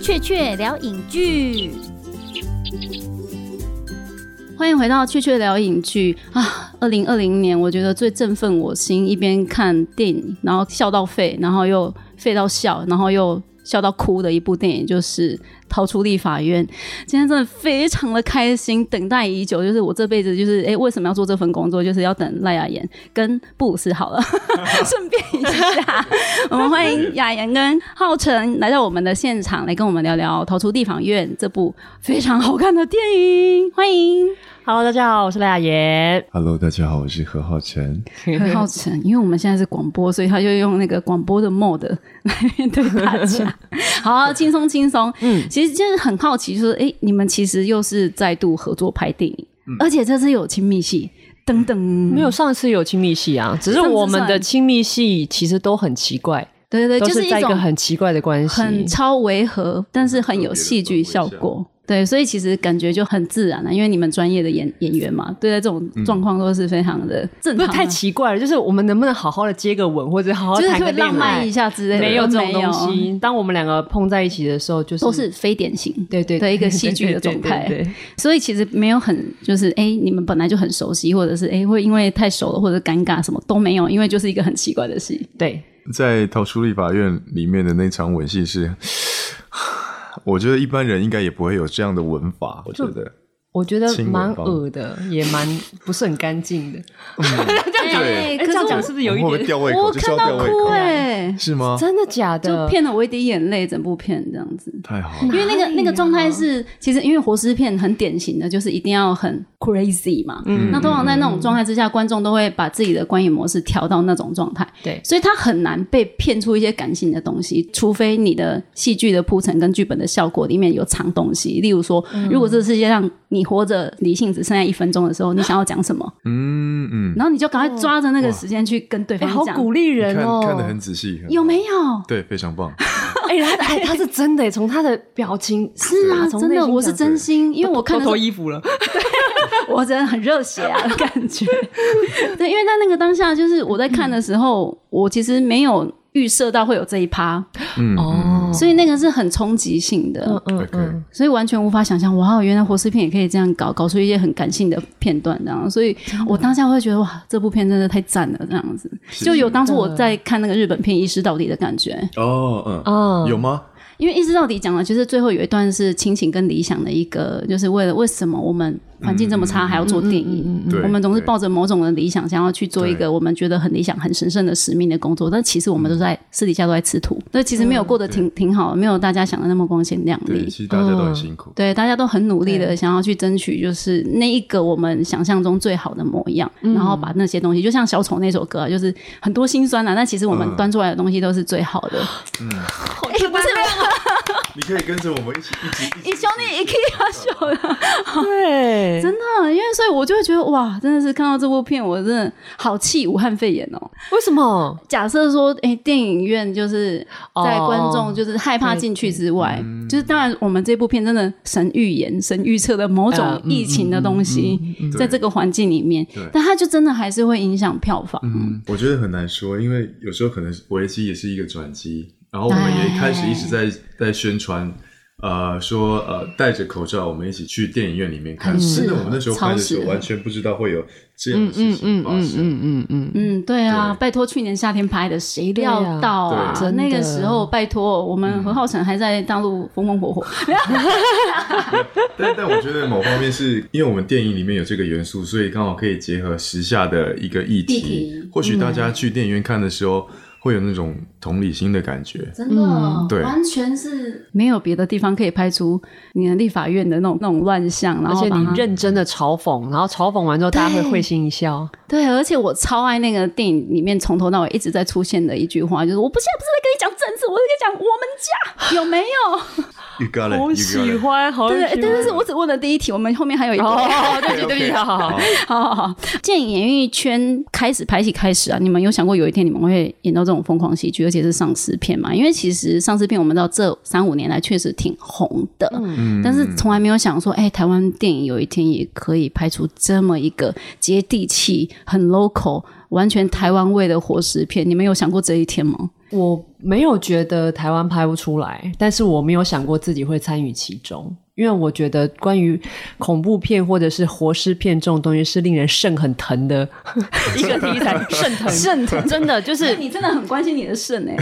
雀雀聊影剧，欢迎回到雀雀聊影剧啊！二零二零年，我觉得最振奋我心，一边看电影，然后笑到废，然后又废到笑，然后又笑到哭的一部电影，就是《逃出立法院》。今天真的非常的开心，等待已久，就是我这辈子就是哎，为什么要做这份工作？就是要等赖雅妍跟布鲁斯好了， 顺便一下。 我们欢迎雅妍跟浩辰来到我们的现场，来跟我们聊聊《逃出地法院》这部非常好看的电影。欢迎 Hello，大家好，我是赖雅妍。 Hello，大家好，我是何浩晨。浩辰，因为我们现在是广播，所以他就用那个广播的 mode 来面对大 家。好，轻松轻松。嗯，其实就是很好奇，就是哎，你们其实又是再度合作拍电影，而且这次有亲密戏，噔噔，嗯没没有上次有亲密戏啊，只是上次我们的算亲密戏其实都很奇怪，对对对，都就是在一个种很奇怪的关系。很超违和，但是很有戏剧效果。对，所以其实感觉就很自然了、啊因为你们专业的演演员嘛，对待这种状况都是非常的正不常是的、太奇怪了，就是我们能不能好好的接个吻，或者好好就是谈会个恋浪漫爱一？下之类的，没有这种都东没有，西。当我们两个碰在一起的时候，就是都是非典型对对的一个戏剧的状态。对对对对所以其实没有很就是哎、诶你们本来就很熟悉，或者是哎、诶会因为太熟了或者尴尬什么都没有，因为就是一个很奇怪的戏。对在《逃出立法院》里面的那场吻戏是， 我觉得一般人应该也不会有这样的吻法。我觉得，我觉得亲吻蛮方恶的，也蛮不是很干净的。这讲哎、对哎，可这是样讲我是不是有一我会不会点？吊胃口？我就是看要到吊胃哭口，哎、是吗？欸真的假就的？骗了我一滴眼泪，整部片这样子。太好了嗯因，为那个那个状态是，其实因为活尸片很典型的就是一定要很 crazy 嘛，那通常在那种状态之下，观众都会把自己的观影模式调到那种状态，对所以他很难被骗出一些感性的东西，除非你的戏剧的铺陈跟剧本的效果里面有藏东西，例如说，嗯如果这世界上你活着理性只剩下一分钟的时候，你想要讲什 么，嗯嗯，然后你就赶快抓着那个时间去跟对哎，方好讲，鼓励人看哦！看得很仔细，很好有没有？对，非常棒。 哎、他哎、他是真的耶，从他的表情是啊，从真内的，心我是讲真心，因为我看的都时候脱衣服了，我真的很热血啊，感觉。 对，因为在那个当下，就是我在看的时候，我其实没有预设到会有这一趴，嗯，哦所以那个是很冲击性的，嗯嗯 OK 嗯，所以完全无法想象，哇，原来活尸片也可以这样搞，搞出一些很感性的片段，这样。所以我当下会觉得，哇，这部片真的太赞了，这样子，就有当初我在看那个日本片《一尸到底》的感觉，哦哦嗯，有吗？因为《一尸到底》讲的就是最后有一段是亲情跟理想的一个，就是为了为什么我们环境这么差还要做电影。对，我们总是对抱着某种的理想，想要去做一对个我们觉得很理想、很神圣的使命的工作，但其实我们都在私底下都在吃土，那其实没有过得挺挺好，没有大家想的那么光鲜亮对，丽。其实大家都很辛嗯苦。对，大家都很努力的对想要去争取，就是那一个我们想象中最好的模样，然后把那些东西，就像小丑那首歌啊，就是很多辛酸啊啦，但其实我们嗯端出来的东西都是最好的。哎不是你可以跟着我们一起一起你 兄弟一 k 要秀 的，对，真的，嗯因为所以我就会觉得哇，真的是看到这部片，我真的好气武汉肺炎哦。为什么？假设说，哎、电影院就是在哦嗯观众就是害怕进去之外，就是当然我们这部片真的神预言、神预测的某种嗯嗯疫情的东西，对在这个环境里面对，但它就真的还是会影响票房。嗯，我觉得很难说，因为有时候可能危机也是一个转机。然后我们哎也开始一直在在宣传，呃，说呃戴着口罩，我们一起去电影院里面嗯看。很适合真的，我们那时候拍的时超适候合完全不知道会有这样的事情发生。嗯嗯嗯，嗯，对啊，对拜托，去年夏天拍的，谁料到啊？对啊对那个真的时候，拜托，我们何浩晨还在大陆风风火火，但但我觉得某方面是因为我们电影里面有这个元素，所以刚好可以结合时下的一个议题。议题或许大家去电影院看的时候，会有那种同理心的感觉。真的、对完全是没有别的地方可以拍出你的立法院的那种那种乱象，然而后且把你它认真的嘲讽，然后嘲讽完之后，大家会会心一笑。对，而且我超爱那个电影里面从头到尾一直在出现的一句话，就是我不现在不是在跟你讲政治，我是在讲我们家有没有？ You got it, 好 you 喜 got it。欢， 好喜对欢对，但是我只问了第一题，我们后面还有一个。 哦， 对对对，好啊好好，好好好， 电影演艺圈开始拍戏开始啊，你们有想过有一天你们会演到这种疯狂喜剧，而且是丧尸片吗？因为其实丧尸片我们到这三五年来确实挺红的，嗯但是从来没有想说，哎、台湾电影有一天也可以拍出这么一个接地气、很 local、完全台湾味的活尸片。你们有想过这一天吗？我没有觉得台湾拍不出来，但是我没有想过自己会参与其中，因为我觉得关于恐怖片或者是活尸片这种东西是令人肾很 疼的一个题材，肾疼，肾疼真的就是你真的很关心你的肾哎、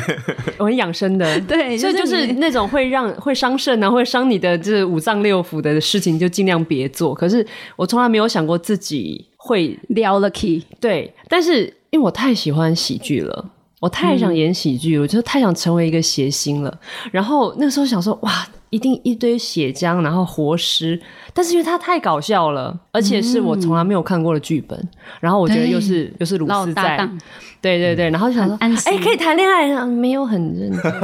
我很养 生的，对所以就就是是你那种会让会伤肾啊，会伤你的这五脏六腑的事情，就尽量别做。可是我从来没有想过自己会聊了 key，对，但是因为我太喜欢喜剧了。我太嗯想演喜剧，我就太想成为一个谐星了。然后那时候想说，哇，一定一堆血浆，然后活尸。但是因为它太搞笑了，而且是我从来没有看过的剧本。然后我觉得又是又是鲁嗯老斯搭在，档，对对对，然后就想说，安心哎、可以谈恋爱啊，没有很认真，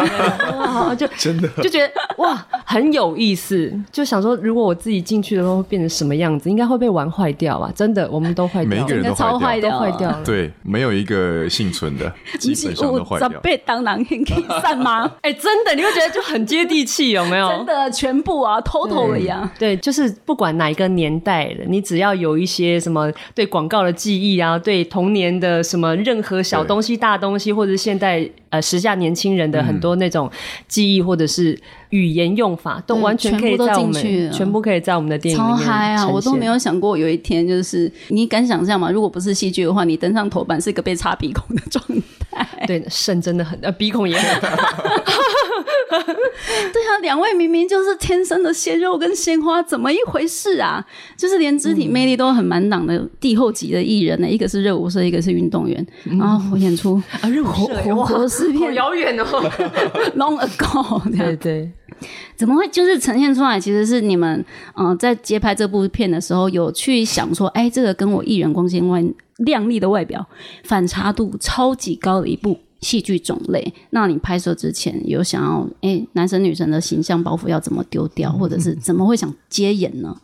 哇就真的就觉得哇，很有意思，就想说，如果我自己进去的话，会变成什么样子？应该会被玩坏掉吧？真的，我们都坏每掉一个了，人都超坏坏掉，掉都坏掉了。对，没有一个幸 存的，基本上都坏哦十掉。倍当狼可以散吗？哎、真的，你会觉得就很接地气，有没有？真的全部啊，偷偷的呀。对，就是不管哪一个年代的，你只要有一些什么对广告的记忆啊，对童年的什么任何小东西、大东西，或者是现代呃时下年轻人的嗯很多那种记忆，或者是语言用法，都对完全全可以部都在我进们去了全部可以在我们的电影里超面嗨啊！嗯呈我都现没。有想过有一天，就是你敢想象吗？如果不是戏剧的话，你登上头版是一个被擦鼻孔的状态。对，肾真的很，呃，鼻孔也很 大。对 啊，两位明明就是天生的鲜肉跟鲜花，怎么一回事啊？就是连肢体魅力都很满档的帝后级的艺人呢，一个是热舞社，一个是运动员，然后演 出嗯啊，热活活活尸片遥远哦。 long ago 这样对对，怎么会就是呈现出来？其实是你们嗯、呃在接拍这部片的时候，有去想说，哎，这个跟我艺人光鲜外亮丽的外表反差度超级高的一部戏剧种类。那你拍摄之前有想要，哎，男神女神的形象包袱要怎么丢掉，或者是怎么会想接演呢？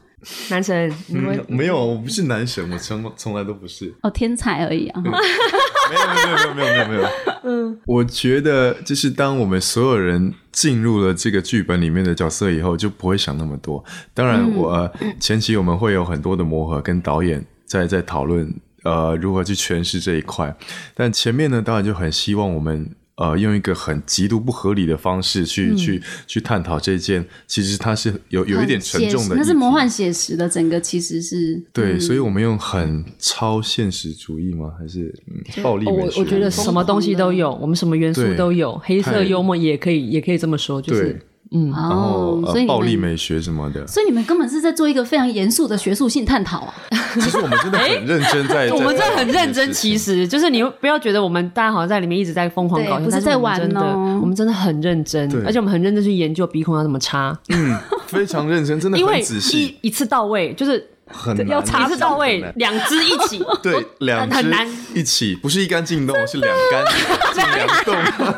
男神，你会嗯，没有，我不是男神，我从从来都不是。哦，天才而已啊！没有没有没有没有没有没有。 嗯，我觉得就是当我们所有人进入了这个剧本里面的角色以后，就不会想那么多。当然我，呃前期我们会有很多的磨合，跟导演在在讨论呃如何去诠释这一块。但前面呢，导演就很希望我们。呃，用一个很极度不合理的方式去、去去探讨这件，其实它是有有一点沉重的那议是题魔幻写实的，整个其实是对，所以我们用很超现实主义吗？还是、嗯、暴力哦我美学？我觉得什么东西都有，我们什么元素对都有，黑色太幽默也可以，也可以这么说，就对是。嗯，然后、哦，所以呃、你暴力们。美学什么的。所以你们根本是在做一个非常严肃的学术性探讨啊！其实我们真的很认真 在，我们在真的很认真，其实就是你不要觉得我们大家好像在里面一直在疯狂对搞不笑，是但在我们玩真的哦我们真的很认真对，而且我们很认真去研究鼻孔要怎么插， 非常认真，真的因为很仔细，一一次到位就是很难要插一次到位很，难两只一 起，对，两很只难一起，不是一杆进洞，是两杆进两洞。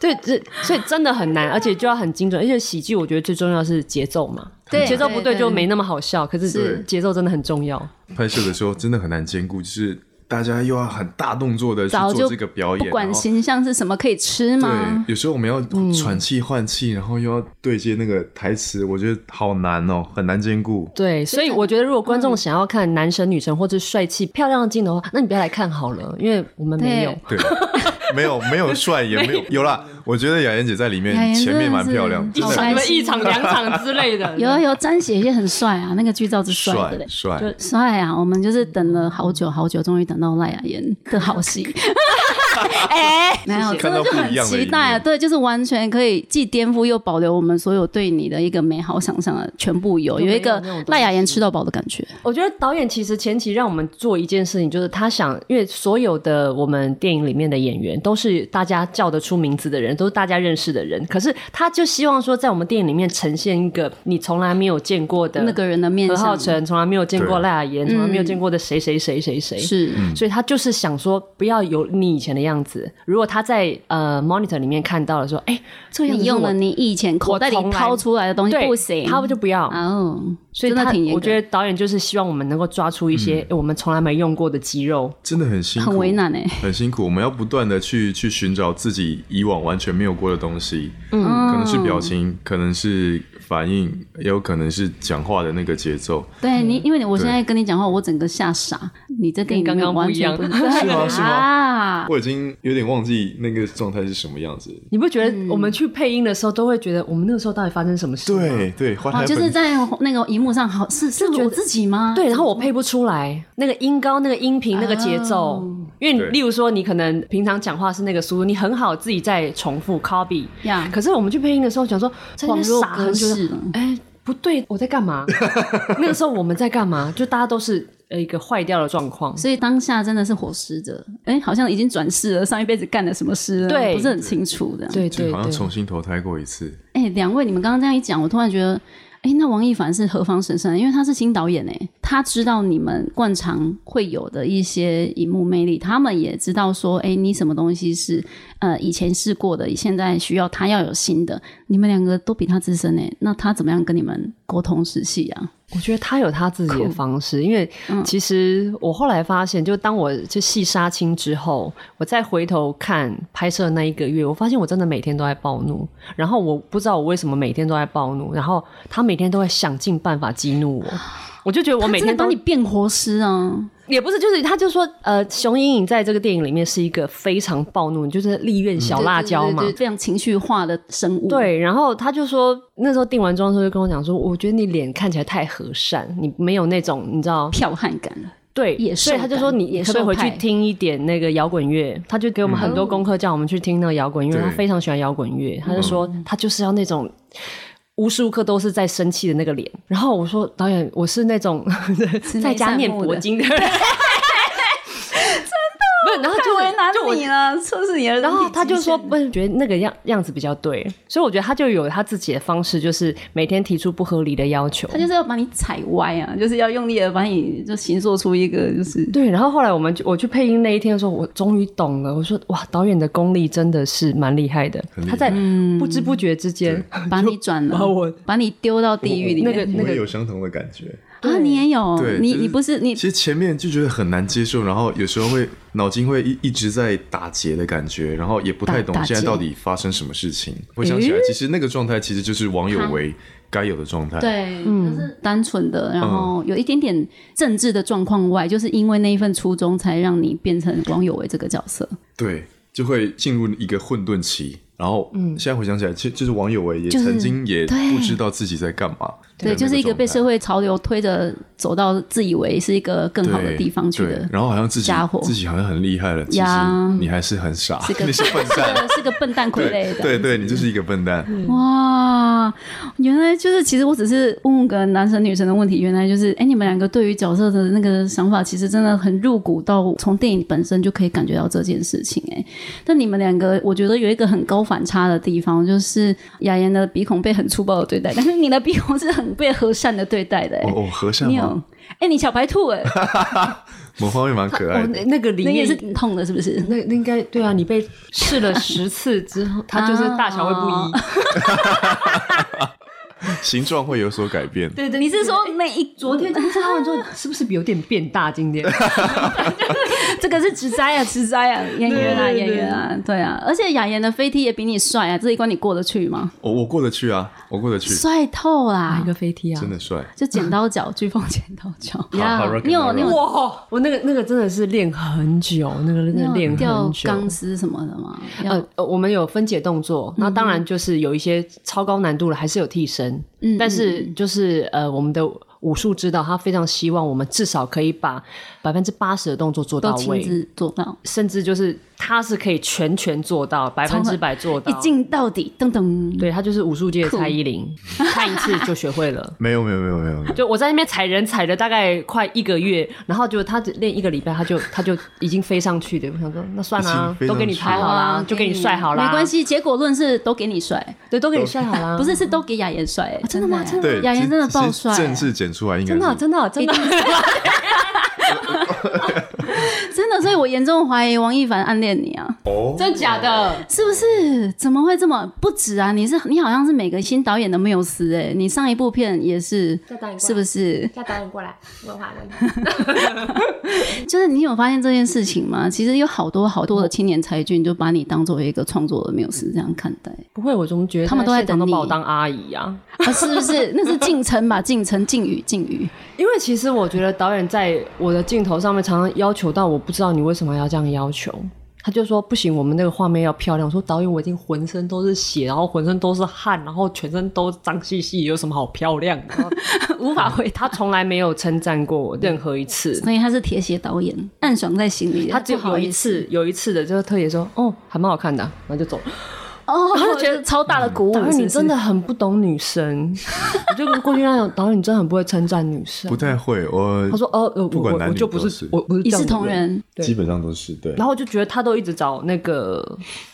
对，这所以真的很难，而且就要很精准，而且喜剧我觉得最重要是节奏嘛，对节奏不对对就没那么好笑，可是是节奏真的很重要，拍摄的时候真的很难兼顾，就是大家又要很大动作的去早就做这个表演，不管然后形象是什么，可以吃对吗？，有时候我们要喘气换气，然后又要对接那个台词，我觉得好难哦，很难兼顾。对，所以我觉得如果嗯观众想要看男神女神或者帅气漂亮的镜头的话，那你不要来看好了，因为我们没有对。 对，没有没有帅，也没有有啦。我觉得雅妍姐在里雅面妍前面蛮真的是漂亮，一真的场、好你开们心一场、两场之类 的。有啊有，詹写也很帅啊，那个剧照是帅的嘞帅。帅。帅啊！我们就是等了好久好久，终于等到赖雅妍的好 戏。哎、没有，真看到的就不一很样的一期待啊！面对，就是完全可以既颠覆又保留我们所有对你的一个美好想象的全部有，有有没有一个那种东西赖雅妍吃到饱的感觉。我觉得导演其实前期让我们做一件事情，就是他想，因为所有的我们电影里面的演员都是大家叫得出名字的人，都是大家认识的人，可是他就希望说，在我们电影里面呈现一个你从来没有见过的那个人的面啊何浩相晨，从来没有见过对赖雅妍，从来没有嗯见过的谁谁谁谁谁。是、嗯所以他就是想说，不要有你以前的样子。如果他在呃 monitor 里面看到了说，哎、这个样子你是用我了你以前口袋里我从来掏出来的东西对，不行，他就不要。哦，所以真他的挺严格我觉得导演就是希望我们能够抓出一些、诶嗯我们从来没用过的肌肉。真的很辛苦，很为难哎、很辛苦。我们要不断的去去寻找自己以往完全没有过的东西，嗯可能是表情，可能是反应，也有可能是讲话的那个节奏。对你，因为你我现对在跟你讲话，我整个吓傻。你在电影里跟刚面刚不完一 全 样不是是吗是吗啊，我已经经有点忘记那个状态是什么样子。你不觉嗯得我们去配音的时候都会觉得我们那个时候到底发生什么事吗？对对，花啊，台就是本在那个荧幕上，好是是觉得我自己吗？对，然后我配不出来那个音高、那个音频、那个节奏，哦因为你对例如说你可能平常讲话是那个速度，你很好自己在重复 copy，呀，可是我们去配音的时候讲说，在那恍边若傻很隔久世的，了。哎，不对，我在干嘛？ 那个时候我们在干嘛？就大家都是呃一个坏掉的状况。所以当下真的是火狮者，哎，好像已经转世了，上一辈子干了什么事了，对不是很清楚的。对就对好像重对，新投胎过一次。哎，两位，你们刚刚这样一讲，我突然觉得，哎，那王一凡是何方神圣？因为他是新导演哎，他知道你们惯常会有的一些荧幕魅力，他们也知道说，哎，你什么东西是呃以前试过的，现在需要他要有新的。你们两个都比他资深哎，那他怎么样跟你们沟通实戏啊？我觉得他有他自己的方式，因为嗯其实我后来发现，就当我就戏杀青之后，我再回头看拍摄那一个月，我发现我真的每天都在暴怒，然后我不知道我为什么每天都在暴怒，然后他每天都会想尽办法激 怒我，我就觉得我每他真天的把都你变活尸啊！也不是，就是他就说，呃，熊莹莹在这个电影里面是一个非常暴怒，就是利刃小辣椒嘛。对对对对非常情绪化的生物。对，然后他就说，那时候定完妆的时候就跟我讲说，我觉得你脸看起来太和善，你没有那种你知道，剽悍感，对，野兽所以他就说感你野可不可以兽回去派听一点那个摇滚乐？他就给我们很多功课，叫我们去听那个摇滚乐。对他非常喜欢摇滚乐，他就说嗯他就是要那种。无时无刻都是在生气的那个脸，然后我说导演，我是那种慈眉 在家善念目的佛经的 人，真的，不是，然后就就我了，测试你的然后他就说，不是觉得那个样样子比较对，所以我觉得他就有他自己的方式，就是每天提出不合理的要求。他就是要把你踩歪啊，就是要用力的把你就形塑出一个就是。对，然后后来我们就我去配音那一天的时候，我终于懂了。我说哇，导演的功力真的是蛮厉害的，很厉害他在嗯不知不觉之间，把你转了，把我把你丢到地狱里那面。个那我也个有相同的感觉。啊，你也有，对，你就是你不是你其，实前面就觉得很难接受，然后有时候会脑筋会一一直在打结的感觉，然后也不太懂打打结现在到底发生什么事情。回想起来，其实那个状态其实就是王有为该有的状态。对，嗯就是单纯的，然后有一点点政治的状况外，就是因为那一份初衷，才让你变成王有为这个角色。对，就会进入一个混沌期。然后，嗯，现在回想起来，其实就是王有为也就是曾经也对不知道自己在干嘛的那对，状就态。是一个被社会会潮流推着走到自以为是一个更好的地方去的然后好像自己家伙自己好像很厉害了，其实呀你还是很傻，是个 你是笨 蛋。是个笨蛋傀对儡的。对对，你就是一个笨蛋。哇，原来就是，其实我只是问问个男神女神的问题，原来就是，哎，你们两个对于角色的那个想法，其实真的很入骨到从电影本身就可以感觉到这件事情，哎。但你们两个，我觉得有一个很高反差的地方，就是雅妍的鼻孔被很粗暴的对待，但是你的鼻孔是很被和善的对待的，哎。哦哦，和善你吗？有，哎，你小白兔，哎，某方面蛮可 哦爱的。那那个里那也面是挺痛的，是不 是？那那应该对啊，你被试了十次之后，他就是大小会不一。啊形状会有所改变。对对，你是说那一 昨天听他们说是不是有点变大？今 天这个是直栽啊，直栽啊，演员啊，对对演对员啊，对啊，而且雅妍的飞踢也比你帅啊，这一关你过得去吗？我哦我过得去啊，我过得去，帅透哪啦一，个飞踢啊真？的帅。就剪刀脚，飓风剪刀脚，好好你有 rock and roll 你有哇，我那个那个真的是练很久，那个真的你 练有掉很久。钢丝什么的吗？要呃，呃我们有分解动嗯作，那当然就是有一些超高难度了，还是有替身，嗯但是就是呃，我们的武术指导他非常希望我们至少可以把百分之八十的动作做都到亲位，自做到，甚至就是他是可以全权做到百分之百做到一。镜到底，噔噔。对他就是武术界的酷蔡依林，看一次就学会了。没有没有没有没有 没有，就我在那边踩人踩了大概快一个月，然后就他只练一个礼拜，他就他就已经飞上去的。我想说，那算啦、已经飞上去都给你拍好啦，就给你帅好啦，哦哎没关，系。结果论是都给你帅，对，都给你帅好啦。不是是都给雅妍帅，啊真的吗耶真对，雅妍真的其爆其实帅，欸正式剪出来应该真啊的，啊是真的，真的， 真的，所以我严重怀疑王一凡暗恋你啊。哦，真假的？是不是？怎么会这么不止啊？你是你好像是每个新导演的缪斯哎、你上一部片也是，是不是？叫导演过来问话问题。就是你有发现这件事情吗？其实有好多好多的青年才俊就把你当作一个创作的缪斯这样看待，不会，我怎么觉得他们都在现场等你把我当阿姨啊？啊、是不是？ 那是进程吧，进程、敬语、敬语。因为其实我觉得导演在我的镜头上面常常要求到，我不知道你为什么要这样要求。他就说不行，我们那个画面要漂亮。我说导演，我已经浑身都是血，然后浑身都是汗，然后全身都脏兮兮，有什么好漂亮？然后 无法回答。他从来没有称赞过我任何一 次，所以他是铁血导演，暗爽在心里的。啊他只有不好有意一思次，有一次的就是特别说，哦，还蛮好看的啊、然后就走了。哦，他就觉得超大的鼓舞。导演，是你不是真的很不懂女 生。我就跟过去那种导演，你真的很不会称赞女生不。太会。我他说：“呃，呃不我管我男我女就不都是是，我不是一这样视的同人。人，对基本上都是对”。然后我就觉得他都一直找那个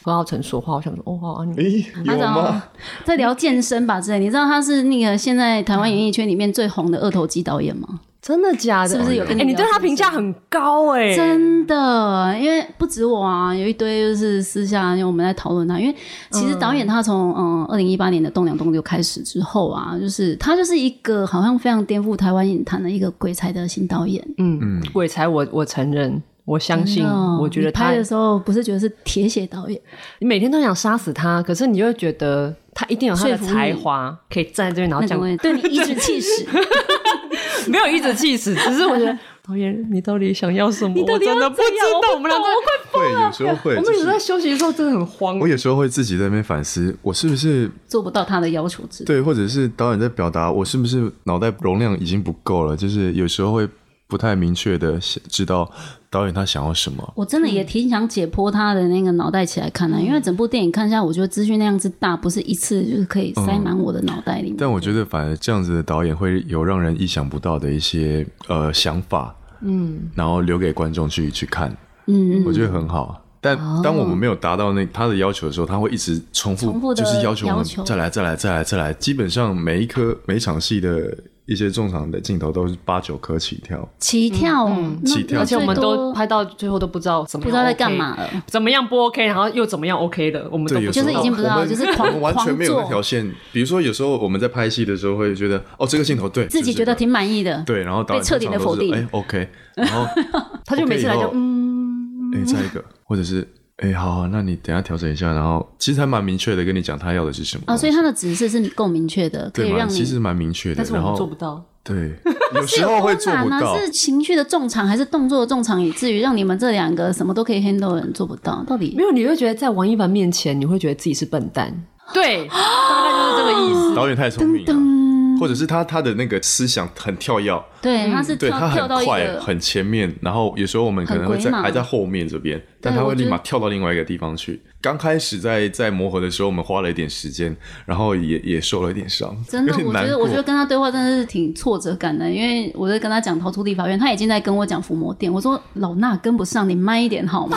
何浩晨说话，我想说：“哦，好啊，你诶，有吗？在聊健身吧之类。你知道他是那个现在台湾演艺圈里面最红的二头肌导演吗？ 真的假的？是不是有哎跟，你你对聊他健评价身很高哎，真的，因为不止我啊，有一堆就是私下，因为我们在讨论他，啊因为其实导演他从嗯二零一八年的《栋梁栋六》开始之后啊，就是他就是一个好像非常颠覆台湾影坛的一个鬼才的新导演。嗯嗯，鬼才我我承认，我相信，嗯我觉你得他拍的时候不是觉得是铁血导演，你每天都想杀死他，可是你又觉得他一定有他的说服你才华，可以站在这边然后那讲种对你颐指气 使，没有颐指气使，只是我觉得 导演，你到底想要什么？我真的不知道，我们俩在会有时候 会，我就们有时候在是休息的时候真的很慌我。有时候会自己在那边反思，我是不是做不到他的要求之类。对，或者是导演在表达我是不是脑袋容量已经不够了，就是有时候会不太明确的知道导演他想要什么。我真的也挺想解剖他的那个脑袋起来看的、嗯因为整部电影看下来，我觉得资讯量之大，不是一次就是可以塞满我的脑袋里面。但我觉得反而这样子的导演会有让人意想不到的一些呃想法，嗯，然后留给观众去去看，嗯，哦我觉得很好。但当我们没有达到那他的要求的时候，他会一直重复，重复地就是要求我要们求再来、再来、再来、再来。基本上每一颗、每一场戏的一些中场的镜头都是八九颗起跳。起跳，那嗯起那跳而且我们最都多拍到最后都不知道怎么不样知道在 OK 干嘛，了，怎么样不 OK，然后又怎么样 OK 的，我们都对，不有知时道候就是已经不知道我们就是狂我们完全没有那狂条做线。比如说，有时候我们在拍戏的时候会觉得，哦，这个镜头对，自己是觉得这个挺满意的。对，然后导演被彻底地通常都是否定哎，OK，然后他就每次来就 OK 以后嗯， 哎，再一个，或者是哎，好好，那你等一下调整一下，然后其实还蛮明确的跟你讲他要的是什么啊，所以东西他的指示是够明确的，可以对嘛，让你。其实蛮明确的但，是我然们做不后到。 对，有时候会做不当然到啊，，是情绪的重场还是动作的重场，以至于让你们这两个什么都可以 handle 的人做不到？到底没有，你会觉得在王一凡面前，你会觉得自己是笨蛋。对，大概就是这个意思。导演太聪明了，或者是他他的那个思想很跳跃，对，他是嗯对跳他跳到很一快啊个很前面，然后有时候我们可能会在很鬼马还在后面这边，但他对会我觉立得马跳到另外一个地方去。刚开始在在磨合的时候，我们花了一点时间，然后也也受了一点伤，真的有，点我觉难得过我觉得跟他对话真的是挺挫折感的，因为我在跟他讲逃出立法院，他已经在跟我讲伏魔殿，我说老衲跟不上，你慢一点好 吗？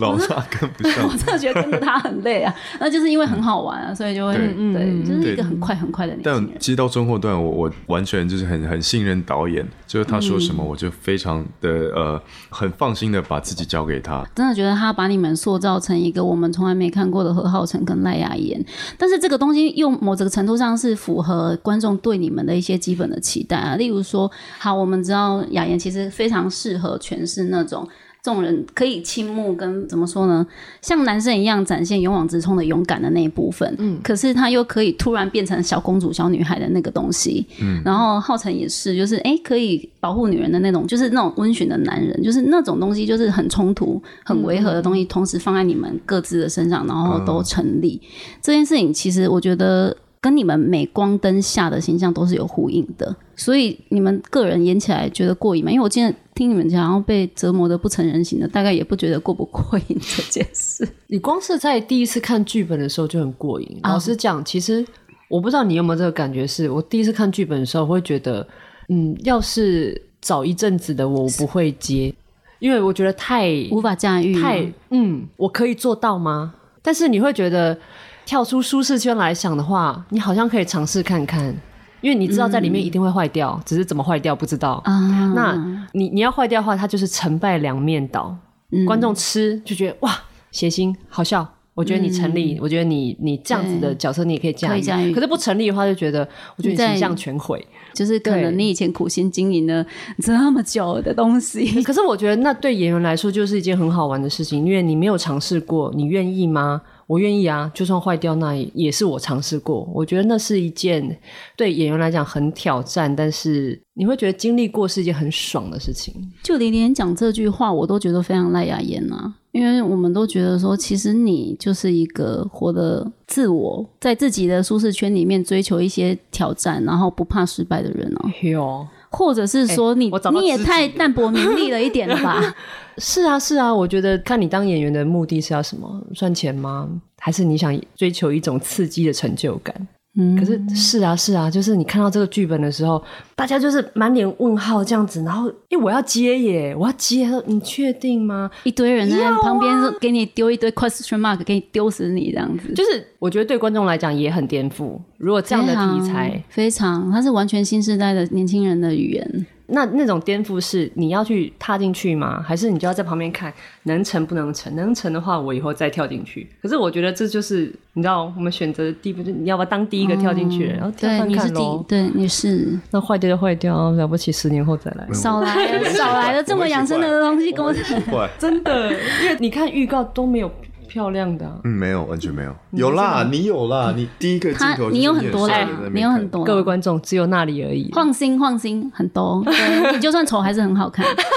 老大跟不 上我。真的觉得跟着他很累啊，那就是因为很好玩啊，所以就会对对，就是一对个很快很快的年但轻人。其实到中后段，我我完全就是很很信任导演，就是他说嗯什么，我就非常的呃很放心的把自己交给他。真的觉得他把你们塑造成一个我们从来没看过的何浩晨跟赖雅妍，但是这个东西又某种程度上是符合观众对你们的一些基本的期待啊。例如说，好，我们知道雅妍其实非常适合诠释那种众人可以倾慕跟怎么说呢，像男生一样展现勇往直冲的勇敢的那一部分。嗯，可是他又可以突然变成小公主、小女孩的那个东西。嗯，然后浩辰也是，就是哎，可以保护女人的那种，就是那种温驯的男人，就是那种东西，就是很冲突、很违和的东西，同时放在你们各自的身上，然后都成立。这件事情其实我觉得跟你们镁光灯下的形象都是有呼应的，所以你们个人演起来觉得过瘾吗？因为我今天听你们讲，然后被折磨的不成人形的，大概也不觉得过不过瘾这件事。你光是在第一次看剧本的时候就很过瘾。啊老实讲，其实我不知道你有没有这个感觉是，我第一次看剧本的时候会觉得，嗯，要是早一阵子的我，我不会接，因为我觉得太无法驾驭吗，太嗯，我可以做到吗？但是你会觉得跳出舒适圈来想的话，你好像可以尝试看看，因为你知道在里嗯面一定会坏掉，只是怎么坏掉不知道。啊，那你你要坏掉的话，它就是成败两面倒。嗯观众吃就觉得哇，谐星好笑。我觉得你成立，我觉得你你这样子的角色你也可以嗯驾可驭，以驾驭可是不成立的话，就觉得我觉得你你在形象全毁。就是可能对你以前苦心经营了这么久的东嗯西，可是我觉得那对演员来说就是一件很好玩的事情，因为你没有尝试过，你愿意吗？我愿意啊，就算坏掉，那也也是我尝试过。我觉得那是一件对演员来讲很挑战，但是你会觉得经历过是一件很爽的事情。就连连讲这句话，我都觉得非常赖雅妍啊，因为我们都觉得说，其实你就是一个活得自我，在自己的舒适圈里面追求一些挑战，然后不怕失败的人啊，有，或者是说你、哎我找到你也知己太淡泊名利了一点了 吧？是啊，是啊，我觉得看你当演员的目的是要什么？赚钱吗？还是你想追求一种刺激的成就感？嗯，可是是啊，是啊，就是你看到这个剧本的时候，大家就是满脸问号这样子，然后因为我要接耶，我要接，他说你确定吗？一堆人在啊旁边说给你丢一堆 question mark，给你丢死你这样子，就是我觉得对观众来讲也很颠覆，如果这样的题材，非常非常，它是完全新时代的年轻人的语言。那那种颠覆是你要去踏进去吗？还是你就要在旁边看能成不能成？能成的话，我以后再跳进去。可是我觉得这就是你知道，我们选择的第一步，就你要不要当第一个跳进去，然后跳哦对，看你是看第咯，对，你是那坏掉就坏掉，啊了不起十年后再来。少来了，少来了，这么养生的东西跟我我会。奇怪，真的，因为你看预告都没有漂亮的啊、嗯，没有，完全没有，有啦，你有啦，你第一个镜他头，你有很多啦，你有很，多啦。各位观众只有那里而已。放心放心，很 多。对你就算丑还是很好看。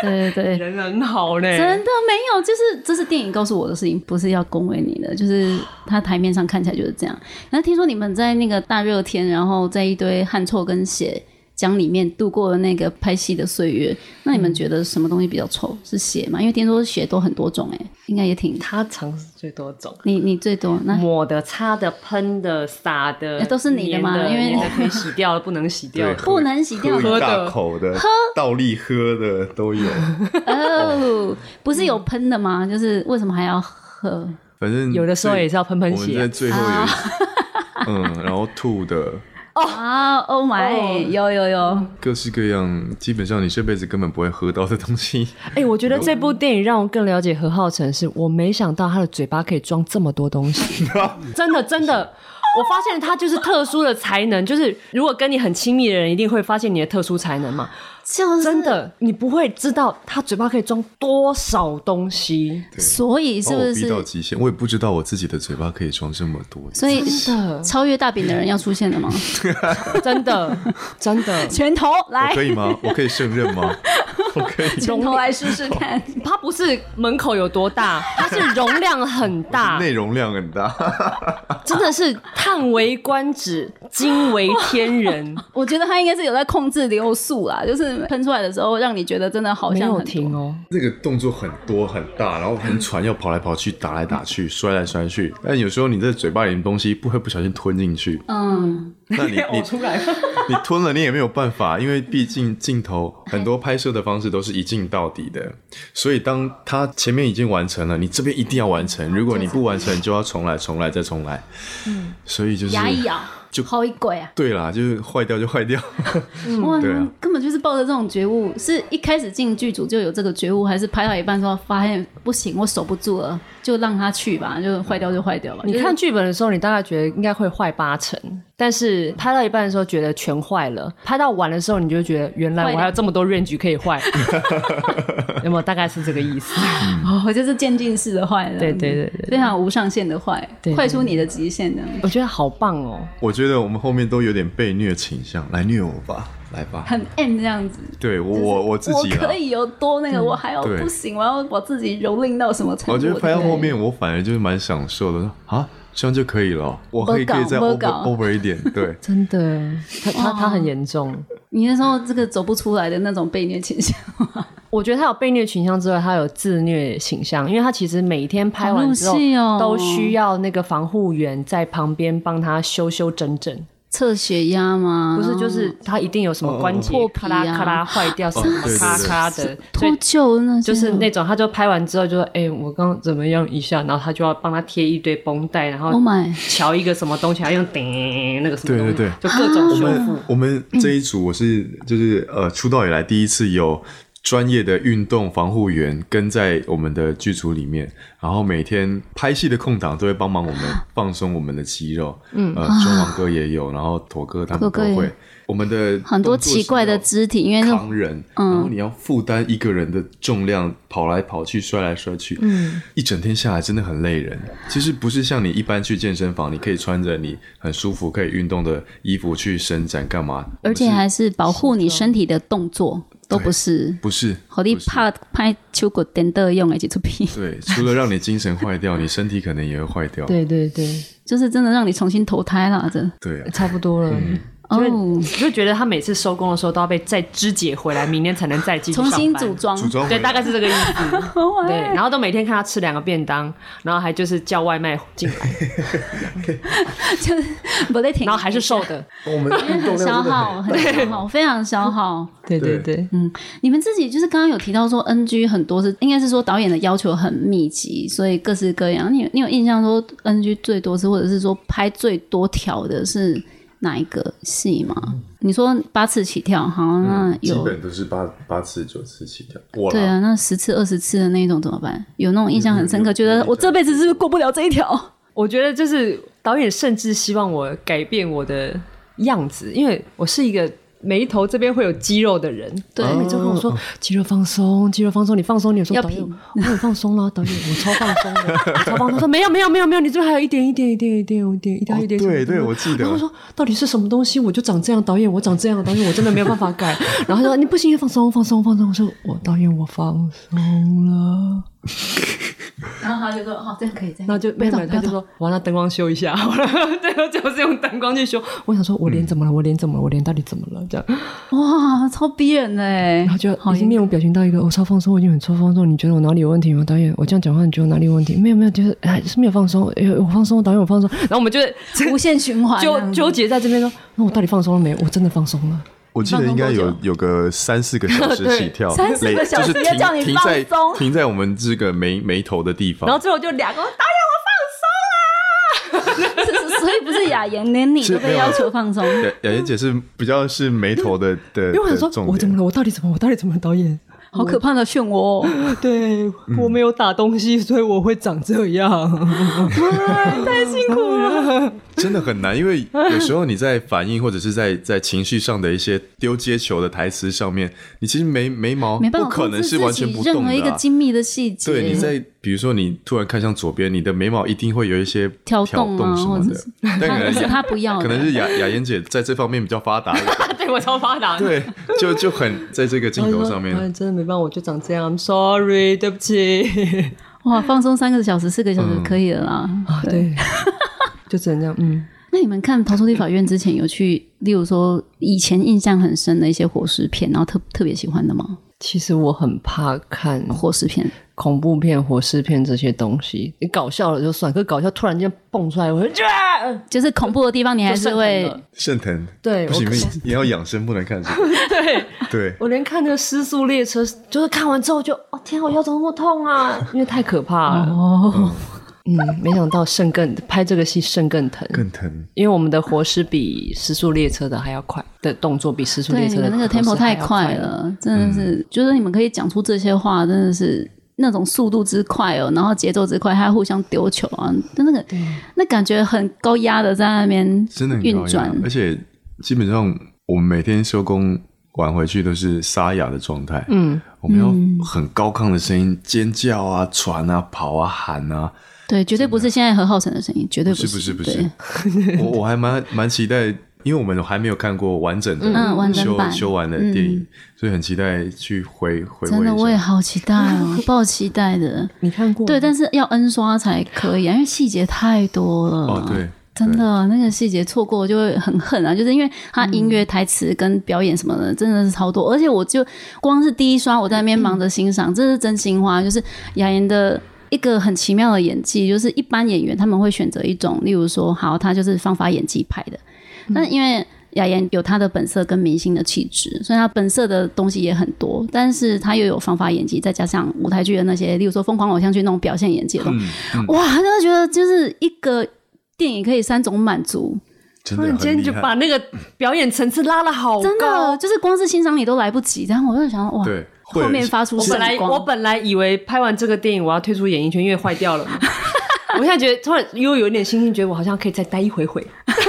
对对对对，人很好嘞，真的没有，就是这是电影告诉我的事情，不是要恭维你的，就是它台面上看起来就是这样。然后听说你们在那个大热天，然后在一堆汗臭跟血浆里面度过了那个拍戏的岁月，那你们觉得什么东西比较臭？是血吗？因为听说血都很多种、欸，哎，应该也挺。他尝试最多种。你你最多那抹的、擦的、喷的、撒的，那哎都是你的吗粘因为粘的可以洗掉了，不能洗掉对了，不能洗掉喝喝的一大口的，倒立喝的 都有，哦，不是有喷的吗？就是为什么还要喝？反正有的时候也是要喷喷我们血在啊。最后有一 集，嗯，然后吐的。啊，Oh my，有有有，各式各样，基本上你这辈子根本不会喝到的东 西。哎、我觉得这部电影让我更了解何浩晨，是我没想到他的嘴巴可以装这么多东西，真的真的。我发现他就是特殊的才能，就是如果跟你很亲密的人，一定会发现你的特殊才能嘛。 就是真的，你不会知道他嘴巴可以装多少东西。对所以把是哦我不逼到是？极限，我也不知道我自己的嘴巴可以装这么多。所以的超越大饼的人要出现了吗？真的，真的，拳头我来可，以吗？我可以胜任 吗？我可以。拳头来试试看。它不是门口有多大，它是容量很大，内容量很 大，真的是叹为观止，惊为 天人。我觉得他应该是有在控制流速啦，就是喷出来的时候让你觉得真的好没像有很多停哦，那个动作很多很大，然后很喘，要跑来跑去，打来打去，摔来摔去。但有时候你在嘴巴里的东西不会不小心吞进去，嗯， 那你你出来。 你吞了你也没有办法，因为毕竟镜头很多拍摄的方式都是一镜到底的，所以当它前面已经完成了，你这边一定要完成，如果你不完成，就要重来，重来再重来。嗯，所以就是牙一咬就好一鬼啊！对啦，就是坏掉就坏掉。 哇，你对啊们根本就是抱着这种觉悟，是一开始进剧组就有这个觉悟，还是拍到一半说发现不行，我守不住了，就让他去吧，就坏掉就坏掉吧。你就是看剧本的时候，你大概觉得应该会坏八成，但是拍到一半的时候觉得全坏了，拍到完的时候你就觉得原来我还有这么多 range 可以坏，有没有？大概是这个意思。哦， 我就是渐进式的坏了，嗯对对对对非常无上限的坏对，对坏出你的极限的。我觉得好棒哦，我觉得我们后面都有点被虐倾向，来虐我吧，来吧。很 M 这样子，对我我 我自己我啦可，以有多那个，我还要对不行，我要把自己蹂躏到什么程度？我觉得拍到对后面我反而就是蛮享受的，说啊这样就可以了，我可以可以再没 over 搞 over 一点，对。真的，他他他很严重。你那时候这个走不出来的那种被虐倾向， 我觉得他有被虐倾向之外，他有自虐倾向，因为他其实每天拍完之好后入戏哦都需要那个防护员在旁边帮他修修整整，测血压吗？不是就是他一定有什么关节破皮咔啦啊咔啦坏掉什哦么对对咔对咔的，所脱以臼那些就是那种他就拍完之后就说：“哎、我刚怎么样一下？”然后他就要帮他贴一堆绷带，然后 Oh my 瞧一个什么东西，还用叮那个什么东西，对对对就各种我修复们。我们这一组我是就是呃出道以来第一次有专业的运动防护员跟在我们的剧组里面，然后每天拍戏的空档都会帮忙我们放松我们的肌肉。嗯，呃，中王哥也有，然后驼哥他们驼都啊哥也会。我们的很多动作是奇怪的肢体，因要为那嗯扛人，然后你要负担一个人的重量，跑来跑去，摔来摔去，嗯，一整天下来真的很累人。其实不是像你一般去健身房，你可以穿着你很舒服可以运动的衣服去伸展干嘛，而且还是保护你身体的动作都不是。不是。好你不是怕拍手骨颠倒用的几出片， 对，除了让你精神坏掉，你身体可能也会坏掉。对对对，就是真的让你重新投胎啦，这对啊，差不多了。就哦是你，就觉得他每次收工的时候都要被再肢解回来，明天才能再继续重新上班组装组装对，回大来概是这个意 思。对，然后都每天看他吃两个便当，然后还就是叫外卖进 来，不得停，然后还是瘦的。 我们运动量很真的消很耗，很消耗，非常消耗。对对对，你们自己就是刚刚有提到说 NG 很多是，应该是说导演的要求很密集，所以各式各样。你有你有印象说 NG 最多次，或者是说拍最多条的是哪一个戏吗？你说八次起跳，好，那基嗯有、本都是八八次九次起跳。我对啦，啊，那十次二十次的那一种怎么办？有那种印象很深刻，有有觉有得有我这辈子是不是过不了这一条？我觉得就是导演甚至希望我改变我的样子，因为我是一个。眉头这边会有肌肉的人，对他哦每次跟我说肌肉放松，肌肉放松，你放松，你有说要导演平，我很放松了，导演，我超放松 的，我超放松，说没有没有没有没有，你这边还有一点一点一点一点一点一点一点，哦对什么对东西我记得然后说到底是什么东西，我就长这样，导演我长这样，导演我真的没有办法改。然后他说你不行，放松放松放松，我说我导演我放松了。然后他就说：“好，这样可以，这然后就没有，不没要有动他就说：“我那灯光修一下 好了。”最后就是用灯光去修。我想说，我脸怎么了？我脸怎么了？我脸到底怎么了？这样，哇，超逼人的哎！”然后就好已经严面无表情到一个我超放松，我已经很超放松。你觉得我哪里有问题吗？导演，我这样讲话，你觉得我哪里有问题？没有，没有，就是还是没有放松。哎，我放松，导演，我放松。然后我们就无限循环，纠纠结在这边说：“那我到底放松了没？我真的放松了。我记得应该你放有松有个三四个 小时对起跳，三四个累小时就是要停叫你停放在松停在我们这个眉眉头的地”方然后。最后就两个导是 所以不是雅妍，连你是都被要求放松。对，雅妍姐是比较是眉 头的的，演，因为我想的重说：“我怎点么了？我到底怎么？我到底怎么了？”导演，好可怕的漩涡、哦！对我没有打东西，所以我会长这样。真的很难，因为有时 候你在反应或者是在在情绪上的一些丢接球的台词上面，你其实眉眉毛没办不法可控能制是自完全己不任动何的、一个啊。精密的细节。对，你在比如说你突然看向左边，你的眉毛一定会有一些挑动动啊什么或者的是，但可他能是雅他不要的，可能是雅雅妍姐在这方面比较发达一点，对我超发达。对，就就很在这个镜哦头上面哎，真的没办法，我就长这样。I'm sorry，对不起。哇，放松三个小时、四个小嗯时可以了啦。 啊，对， 就只能这样。嗯，那你们看《逃出立法院》之前有去，例如说以前印象很深的一些活尸片，然后特特别喜欢的吗？其实我很怕看活尸片，恐怖片、活尸片这些东西。你搞笑了就算，可搞笑突然间蹦出来，我就啊就是恐怖的地方，你还就是上会头了肾疼。对不行我不行，也要养生，不能看 这个。对。对，我连看那个《失速列车》，就是看完之后就，哦天啊，我腰怎么那么痛 啊？因为太可怕了。哦，嗯，没想到肾更拍这个戏肾更疼，更疼。因为我们的活尸比《失速列车》的还要快的动作，比《失速对，列你车》们的那个动作 tempo 还太要快快。了，真的是，嗯就是你们可以讲出这些话，真的是那种速度之快哦，然后节奏之快，还互相丢球啊，就那个那感觉很高压的在那边真的很运高压转，而且基本上我们每天收工晚回去都是沙哑的状态。嗯，我们要很高亢的声音，尖叫啊、喘啊、跑啊、喊啊。对，绝对不是现在何浩晨的声音，绝对不是不不是不对是，我我还蛮蛮期待，因为我们还没有看过完整的嗯完整修版嗯修完的电影，所以很期待去回回真味的我也一下。好期待哦，抱期待 的。你看过吗？对，但是要 N 刷才可以啊，因为细节太多了。哦，对，真的，那个细节错过就会很恨啊！就是因为他音乐、台词跟表演什么的，真的是超多。而且我就光是第一刷，我在那边忙着欣赏，这是真心话。就是雅妍的一个很奇妙的演技，就是一般演员他们会选择一种，例如说，好，他就是方法演技派的，但因为。雅妍有她的本色跟明星的气质，所以她本色的东西也很多，但是她又有方法演技，再加上舞台剧的那些，例如说疯狂偶像剧那种表现演技的东西，嗯嗯哇，真的觉得就是一个电影可以三种满足，真突的然很间厉就害。把那个表演层次拉了好高，真的就是光是欣赏你都来不及。然后我就想，哇，对，会后面发出我闪本来光。我本来以为拍完这个电影我要退出演艺圈，因为坏掉 了嘛。我现在觉得突然又有一点信心，觉得我好像可以再待一回回。嗯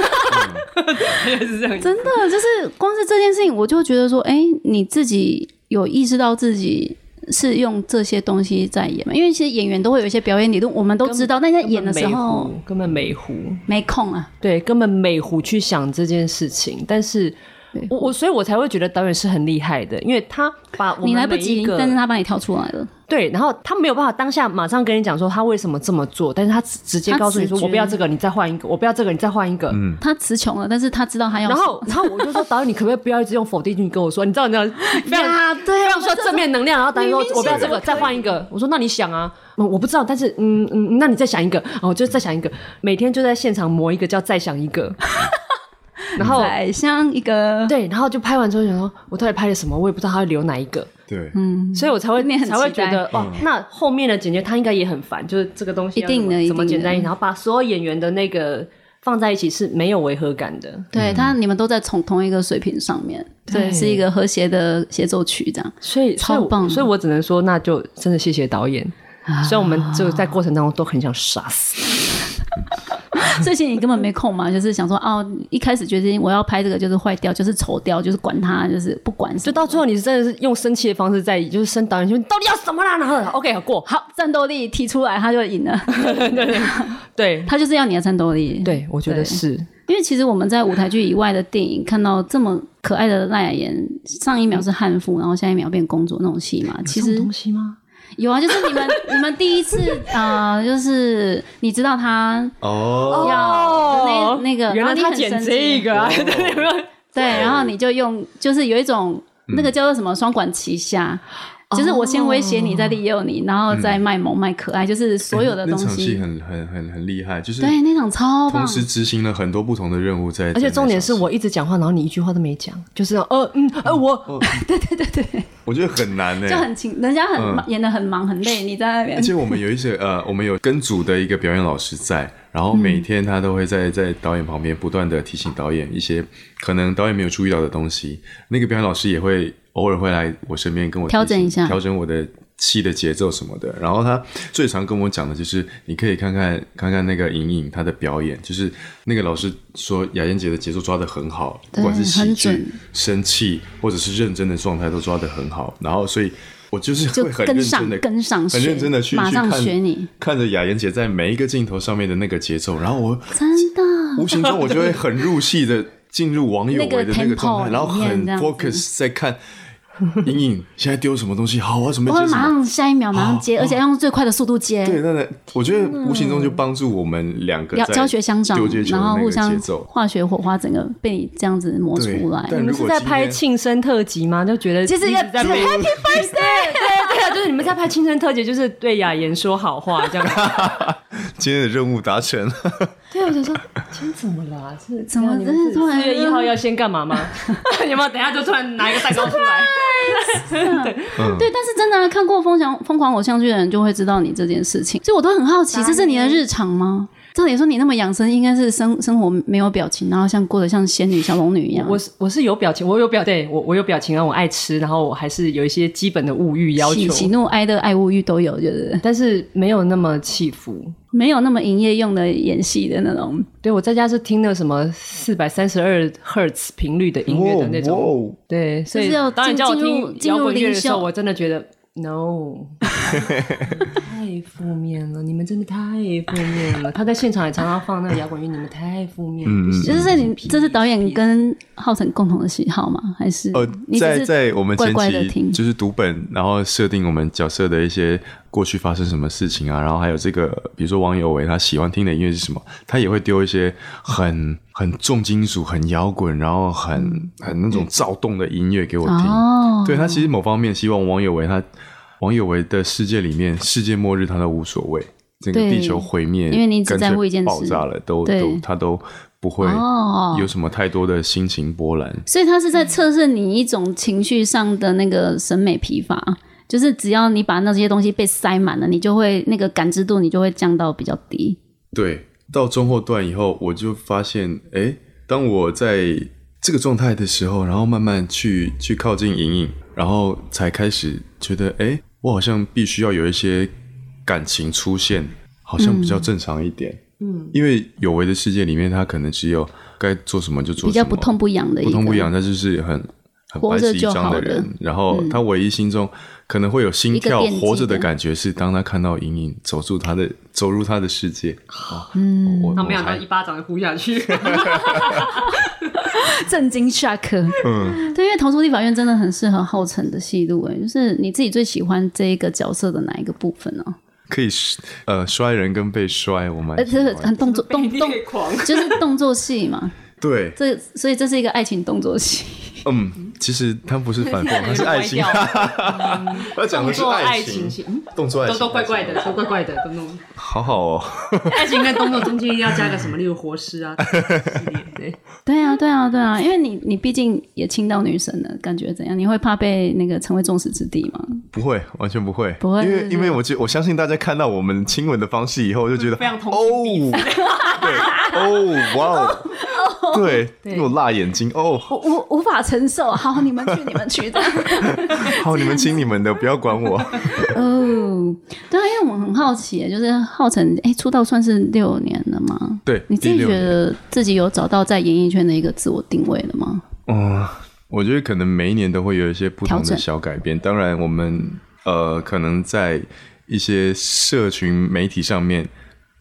大概是这样子。真的就是光是这件事情，我就觉得说，哎、你自己有意识到自己是用这这些东西在演嘛？因为其实演员都会有一些表演理论，我们都知道，但在演的时候根本没糊，没空啊。对，根本没糊去想这件事情。但是对我我所以，我才会觉得导演是很厉害的，因为他把我们你来不每一及，个但是他把你挑出来了。对，然后他没有办法当下马上跟你讲说他为什么这么做，但是他直直接他告诉你直说我觉不要这个，你再换一个，我不要这个，你再换一个。嗯，他词穷了，但是他知道他要然什么。后，然后我就说导演，你可不可以不要一直用否定句跟我说？你知道，你知道，非常呀对非常需要正面能量。然后导演说明明我不要这现在个，再换一个。我说那你想啊，嗯我不知道，但是嗯嗯，那你再想一个，哦，就再想一个，每天就在现场磨一个叫再想一 个。然后宰相一个，对，然后就拍完之后想说，我到底拍了什么？我也不知道他会留哪一个，对，嗯，所以我才会你很期才会觉得待哇，那后面的剪接他应该也很烦，就是这个东西要一定的怎么一定的简单，然后把所有演员的那个放在一起是没有违和感的。对他你们都在从同一个水平上面，嗯对对，是一个和谐的协奏曲 这样。所以超所以我棒啊所以我只能说，那就真的谢谢导演。虽然我们就在过程当中都很想杀死，所以其实你根本没空嘛，就是想说哦，一开始决定我要拍这个就是坏掉，就是丑掉，就是管他，就是不管什就么。到最后你真的是用生气的方式在，就是生导演说你到底要什么啦？然后 OK 过，好，战斗力提出来，他就赢 了。对对对他就是要你的战斗力。，对，我觉得对是因为其实我们在舞台剧以外的电影看到这么可爱的赖雅妍，上一秒是汉服，然后下一秒变公主那种戏嘛，其这实种东西吗？有啊，就是你 们你们第一次啊、呃就是你知道他哦，要的那那个，哦原来然后你他很剪生气这个啊， 对有没有？对，然后你就用，就是有一种嗯那个叫做什么双管齐下，哦就是我先威胁你，再利诱你，然后再卖萌卖可爱，就是所有的那东场戏西。很很很很厉害，就是对，那场超棒同，时执行了很多不同的任务在，而且在那重点场是戏我一直讲话，然后你一句话都没讲，就是呃嗯呃我我觉得很难呢、就很勤，人家很嗯忙演的很忙很累，你在那边而且我们有一些呃，我们有跟组的一个表演老师在，然后每天他都会在在导演旁边不断的提醒导演一些可能导演没有注意到的东西。那个表演老师也会偶尔会来我身边跟我提醒调整一下调整我的气的节奏什么的。然后他最常跟我讲的就是，你可以看看看看那个莹莹她的表演，就是那个老师说雅燕姐的节奏抓得很好，不对管是喜很剧准、生气或者是认真的状态都抓得很好。然后所以。我就是就会很跟认真上的跟上学，很认真的去马上去看学你，看着雅妍姐在每一个镜头上面的那个节奏，然后我真的。无形中我就会很入戏的进入网友为的那个状那个态，tempo 然后里很面这样子 focus 在看莹莹现在丢什么东西，好，我要准备我接会什马么。上下一秒马上接，哦而且要用最快的速度接，对，那那我觉得无形中就帮助我们两个要在教学相长丢接，球然的后那互个节相奏。化学火花，整个被你这样子磨对出来，。但你们如是果在今拍天庆生特辑吗？就觉得其实一要直在每 Happy Birthday， 对啊，就是你们在拍庆生特辑，就是对雅妍说好话这样。今天的任务达成， 对，我就说今天怎么了、啊？是怎么你真们的突然四月一号要先干嘛 吗？有没有？等一下就突然拿一个蛋糕出来？嗯对，但是真的、啊、看过《疯狂疯狂偶像剧》的人就会知道你这件事情，所以我都很好奇，这是你的日常吗？照理说你那么养生，应该是生生活没有表情，然后像过得像仙女小龙女一样。 我是我是有表情，我有表对我我有表情啊，我爱吃，然后我还是有一些基本的物欲要喜求，喜怒哀乐爱物欲都有，就是但是没有那么起伏。没有那么营业用的演戏的那种。对我在家是听那什么四百三十二赫兹频率的音乐的那种。种，对，所以就是要当你进叫我进入听进摇入滚乐灵的时候，修我真的觉得 no，太负面了，你们真的太负面了。他在现场也常常放那个摇滚乐，你们太负面了。嗯不行就是这你这是导演跟浩辰共同的喜好吗？还是呃嗯你，只在是在我们前乖期乖的听？就是读本，然后设定我们角色的一些过去发生什么事情啊，然后还有这个，比如说王有为他喜欢听的音乐是什么，他也会丢一些很很重金属、很摇滚，然后很很那种躁动的音乐给我听。嗯哦，对他其实某方面希望王有为他王有为的世界里面，世界末日他都无所谓，整个对地球毁灭，因为你只干脆在乎一件事爆炸了，都对都他都不会哦有什么太多的心情波澜。所以他是在测试你一种情绪上的那个审美疲乏，就是只要你把那些东西被塞满了，你就会那个感知度你就会降到比较低。对，到中后段以后，我就发现，哎，当我在这个状态的时候，然后慢慢去去靠近莹莹，然后才开始觉得，哎，我好像必须要有一些感情出现，好像比较正常一点。嗯，因为有为的世界里面，他可能只有该做什么就做什么，比较不痛不痒的一不个，痛不痒，他就是很很活白着纸一就张好的了嗯人。然后他唯一心中可能会有心一个跳惦活记着的的感觉，是当他看到莹莹走入他的走入他的世界。哦、嗯，我我那没想到还一巴掌就呼下 去，震惊 shock。嗯，对，因为《逃出立法院》真的很适合浩辰的戏路，哎，就是你自己最喜欢这一个角色的哪一个部分呢、可以呃摔人跟被摔，我蛮呃，喜这个欢很动 作动动，裂狂。就是动作戏嘛。对，这所以这是一个爱情动作 戏，嗯，其实它不是反 讽，它是爱情。有点 他讲的是嗯动作爱情情戏，嗯动作爱都情都怪怪的，，都怪怪的，都弄。 好好哦。爱情跟动作中间一定要加个什么，例如活尸啊，对，对啊，对啊，对啊，因为你你毕竟也亲到女神了，感觉怎样？你会怕被那个成为众矢之的吗？不会，完全不会，不会因是为不是因为我觉我相信大家看到我们亲吻的方式以后，就觉得非常同哦，对， 哦，哇哦，对，对又辣眼睛哦，我我无法承 受，好，你们去，你们去的。好，你们亲你们的，不要 管我。哦，对啊，因为我很好奇，就是浩辰，哎，出道算是六年了吗？对，你自第己六觉年得自己有找到在演艺圈的一个自我定位了吗？嗯，我觉得可能每一年都会有一些不同调的整小改变。当然，我们呃，可能在一些社群媒体上面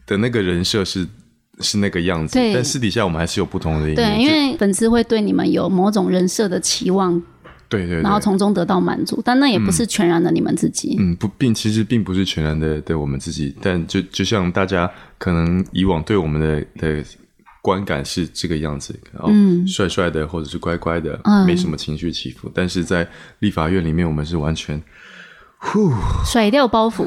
的那个人设是是那个样子对，但私底下我们还是有不同的一面。对，因就为粉丝会对你们有某种人设的期望，对对对，然后从中得到满足，但那也不是全然的你们自己。嗯，不，并其实并不是全然的对我们自己，但就就像大家可能以往对我们的的观感是这个样子，哦，嗯帅帅的或者是乖乖的，嗯没什么情绪起伏。但是在立法院里面，我们是完全甩掉包袱，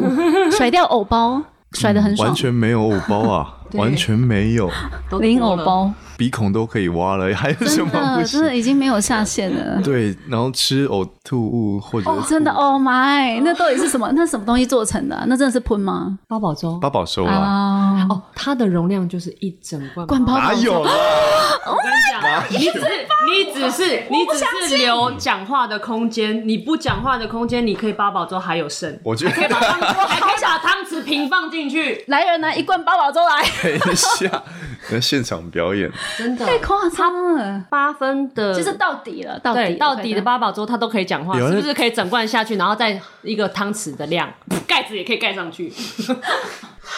甩掉偶包，甩的很爽，完全没有偶包 啊，对完全没有，都零偶，包，鼻孔都可以挖了，还有 什真么不的真行？的已经没有下限了。对，然后吃呕吐物或者哦，真 的，Oh my，那到底是什么？那什么东西做成的啊、那真的是喷吗？八宝粥八宝粥啊，啊，哦，它的容量就是一整罐灌包哪有啦？我跟你讲，你只是你只是你只是留讲话的空间，你不讲话的空间，你可以八宝粥还有 剩，我觉得可以把汤匙还可以把汤匙平放进去，来人啊来一罐八宝粥来， 等一下， 那现场表演，真的太夸张了，八分的，就是到底了，到对底到底的吧？八宝粥，它都可以讲话，有人是不是可以整罐下去，然后再一个汤匙的量， 盖子也可以盖上去，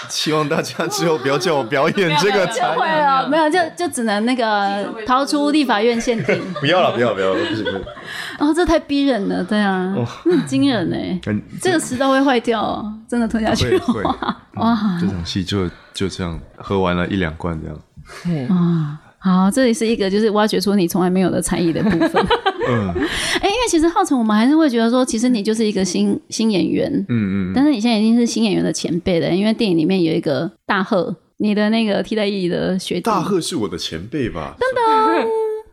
希望大家之后不要叫我表演这个才就会了，没有就就只能那个逃出立法院限定。 不要了，不要，不要，不行，不行。哦，这太逼人了，对啊，哦那很惊人哎，感这个食道会坏掉哦，真的吞下去嗯会的会话， 哇，这场戏就就这样喝完了一两罐这样，好，这里是一个就是挖掘出你从来没有的才艺的部 分。嗯哎，因为其实浩辰，我们还是会觉得说，其实你就是一个新新演员，嗯嗯，但是你现在已经是新演员的前辈了，因为电影里面有一个大贺，你的那个替代役的学弟大贺是我的前辈吧？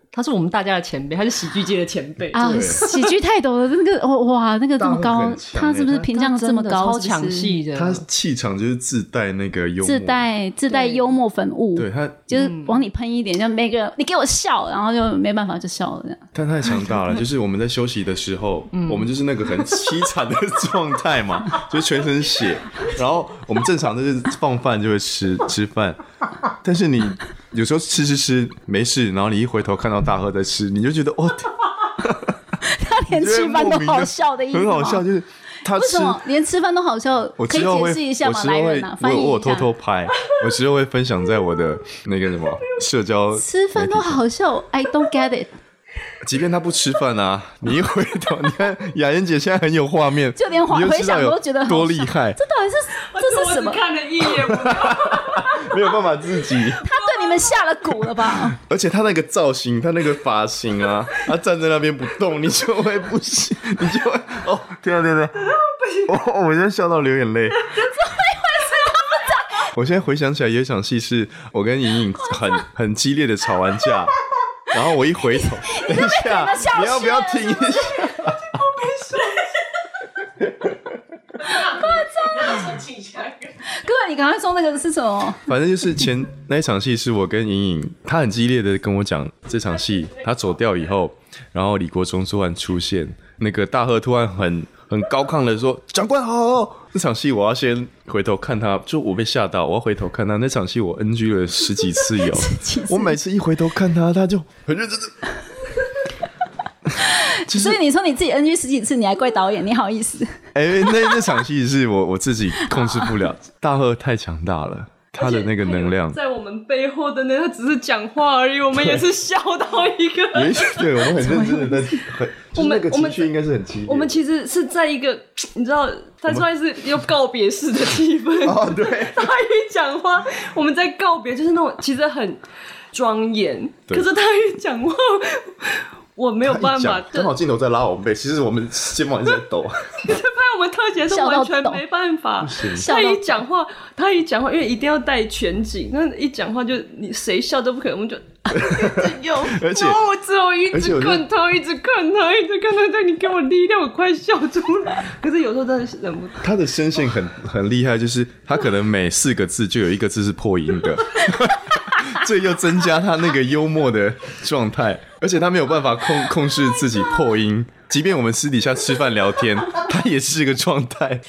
他是我们大家的前辈，他是喜剧界的前辈。啊，对喜剧太多了，那个哦哇，那个这么大高贺很，强他是不是欸评价这么高？超抢戏的，他气场就是自带那个幽默，自带自带对幽默粉雾，对他，就是往你喷一点，就每个人你给我笑，然后就没办法就笑了 这样。他太强 大了。就是我们在休息的时候，我们就是那个很凄惨的状态嘛， 就是全身血。然后我们正常就是放饭就会吃吃饭，但是你有时候吃吃吃没事，然后你一回头看到大贺在吃，你就觉得哦，他连就是吃饭莫都名的好笑的意思，很好笑，。就是他为吃什。么连吃饭都好笑？我可以之后会，解释一下我吗？之来后会人啊，，我翻译我一偷下。偷拍，我之后会分享在我的那个什么社交。吃饭都，好笑，I don't get it。即便他不吃饭啊，你一回头，你看雅妍姐现在很有画面，就连回你知道回想有都觉得很好多厉害，这到底是这是什 么？看了一眼，没有办法自己。他对你们下了蛊了吧？而且他那个造型，他那个发型 啊，他站在那边不动，你就会不行， 你就会哦，天啊天啊， 我我现在笑到流眼泪。我现在回想起来，有一场戏是我跟莹莹很很激烈的吵完架，然后我一 回头，等一下被整个笑，你要不要死了停一下？哥，你赶快说那个是什么？反正就是前那一场戏是我跟莹莹，她很激烈的跟我讲这场戏，她走掉以后，然后李国忠突然出现，那个大贺突然很很高亢的说：“长官好！”这场戏我要先回头看他，就我被吓到，我要回头看他那场戏，我 NG 了十几次有。我每次一回头看他，他就很认真的。其实所以你说你自己 NG 十几次，你还怪导演，你好意思？哎、那那场戏是我我自己控制不了，大贺太强大了，他的那个能量。在我们背后的呢，他只是讲话而已，我们也是笑到 一个。也许对我们很认真的在，很就我是们那个我情们绪应该是很激烈。我们其实是在一个，你知道，他算是有告别式的气氛。 哦对，他一讲话，我们在告别，就是那种其实很庄严，对可是他一讲话，我 没有办法，对刚好镜头在拉我们背，其实我们肩膀一直在抖。 拍我们特写是笑到完全抖没办法。笑他到一讲话，他一讲话，因为一定要带全景，那一讲话就你谁笑都不可能，我们就有，而且然后我只有一而且我直就看他，一直看他，一直看他，但你给我力量，我快笑出 来。可是有时候真的是忍不住，他的声线很很厉害，就是他可能每四个字就有一个字是破音的， 这又增加他那个幽默的状态，而且他没有办法控控制自己破音。即便我们私底下吃饭聊天， 他也是这个状态，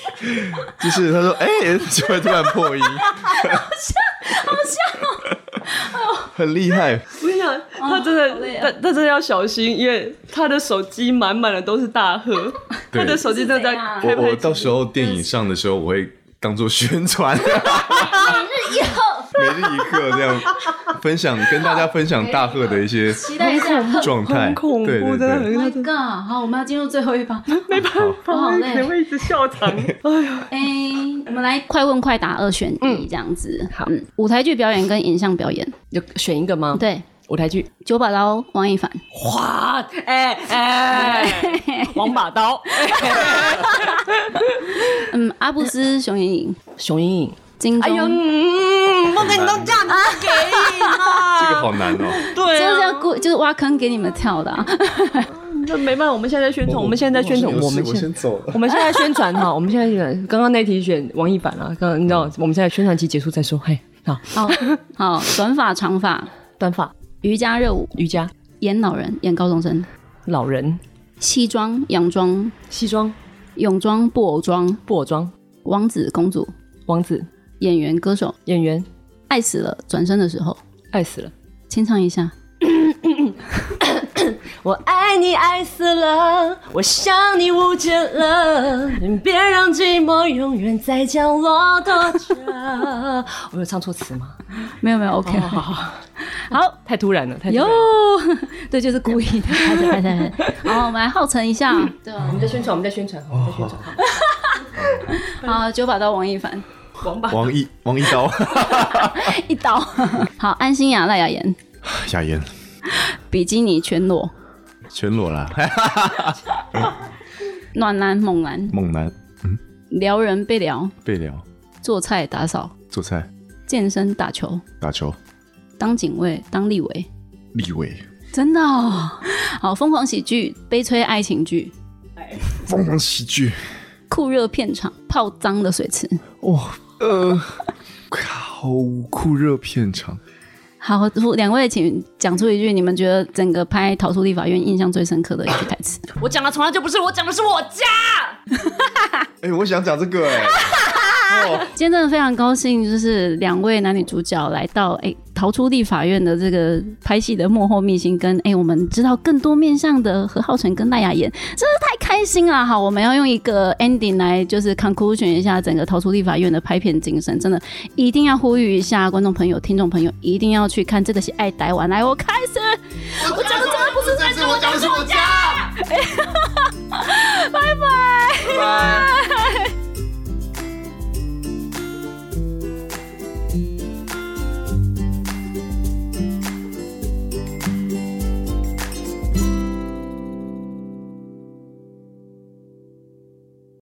就是他说哎、就会突然破音，好 像好像，很厉害。我跟你讲，他真的，他他真的要小心，因为他的手机满满的都是大 贺，对他的手机啊真的在是拍我拍我到时候电影上的时候，我会当做宣传。日以后每日一刻这样分享，跟大家分享大贺的一些期待一下。状态，很恐对怖，对真的很对，，Oh My God！好，我们要进入最后一 趴。没办法，好我累可能会一直笑 场。哎、我们来快问快答二选一这样子。好、嗯，舞台剧表演跟影像表演，就选一个吗？，对，舞台剧九把刀王一凡，哇，哎哎，王把刀， 嗯，阿布斯熊莹莹，熊莹莹，金哎钟，呦，嗯，不能都这样子给这个嘛，好难哦。对就是啊要，故就是挖坑给你们跳 的、啊。这没办法，我们现在在宣传，我们现在在宣传，我我们我现先走了。 我们现在宣传哈，我们现在宣传刚刚那题选王一凡啊，刚刚你知道，我们现在宣传期结束再说。嘿，好，好，好，短发长发，短发、瑜伽热舞，瑜伽、演老人，演高中生，老人、西装洋装，西装、泳装布偶装，布偶装、王子公主，王子、演员歌手，演员，爱死了，转身的时候，爱死了，清唱一下。我爱你爱死了，我想你无解了，别让寂寞永远在角落躲着。 我有唱错词吗？没有没有，OK，好哦好好，太突然了，太突然 哟 了。，对，就是故意的，拍着拍着拍着。好，我们来号称一下，对我们在宣传，我们在宣传，我们在宣传。好，九把刀王一凡王把王一王一刀， 一刀。 好，安心雅、赖雅妍，雅妍比基尼全裸，全裸啦，暖男猛男，猛男撩人被撩，被聊，做菜打扫，做菜、健身打球，打球、当警卫当立委，立伟、真的哦。 好，疯狂喜剧、悲催爱情剧、疯狂喜剧，酷热片场、泡脏的水池。哇，呃，好酷热片场，好，两位请讲出一句你们觉得整个拍《逃出立法院》印象最深刻的一句台词。我讲的从来就不是我讲的是我家，哎，我想讲这个哎，哦 今天真的非常高兴，就是两位男女主角来到哎、逃出立法院的这个拍戏的幕后秘辛，跟哎、我们知道更多面向的何浩晨跟赖雅妍，真是太开心了。好，我们要用一个 ending 来就是 conclusion 一下整个逃出立法院的拍片精神，真的一定要呼吁一下观众朋友、听众朋友，一定要去看这个戏《爱台湾》。来，我开始，我讲的真的不是在说，我 讲的是我家。拜拜。拜拜。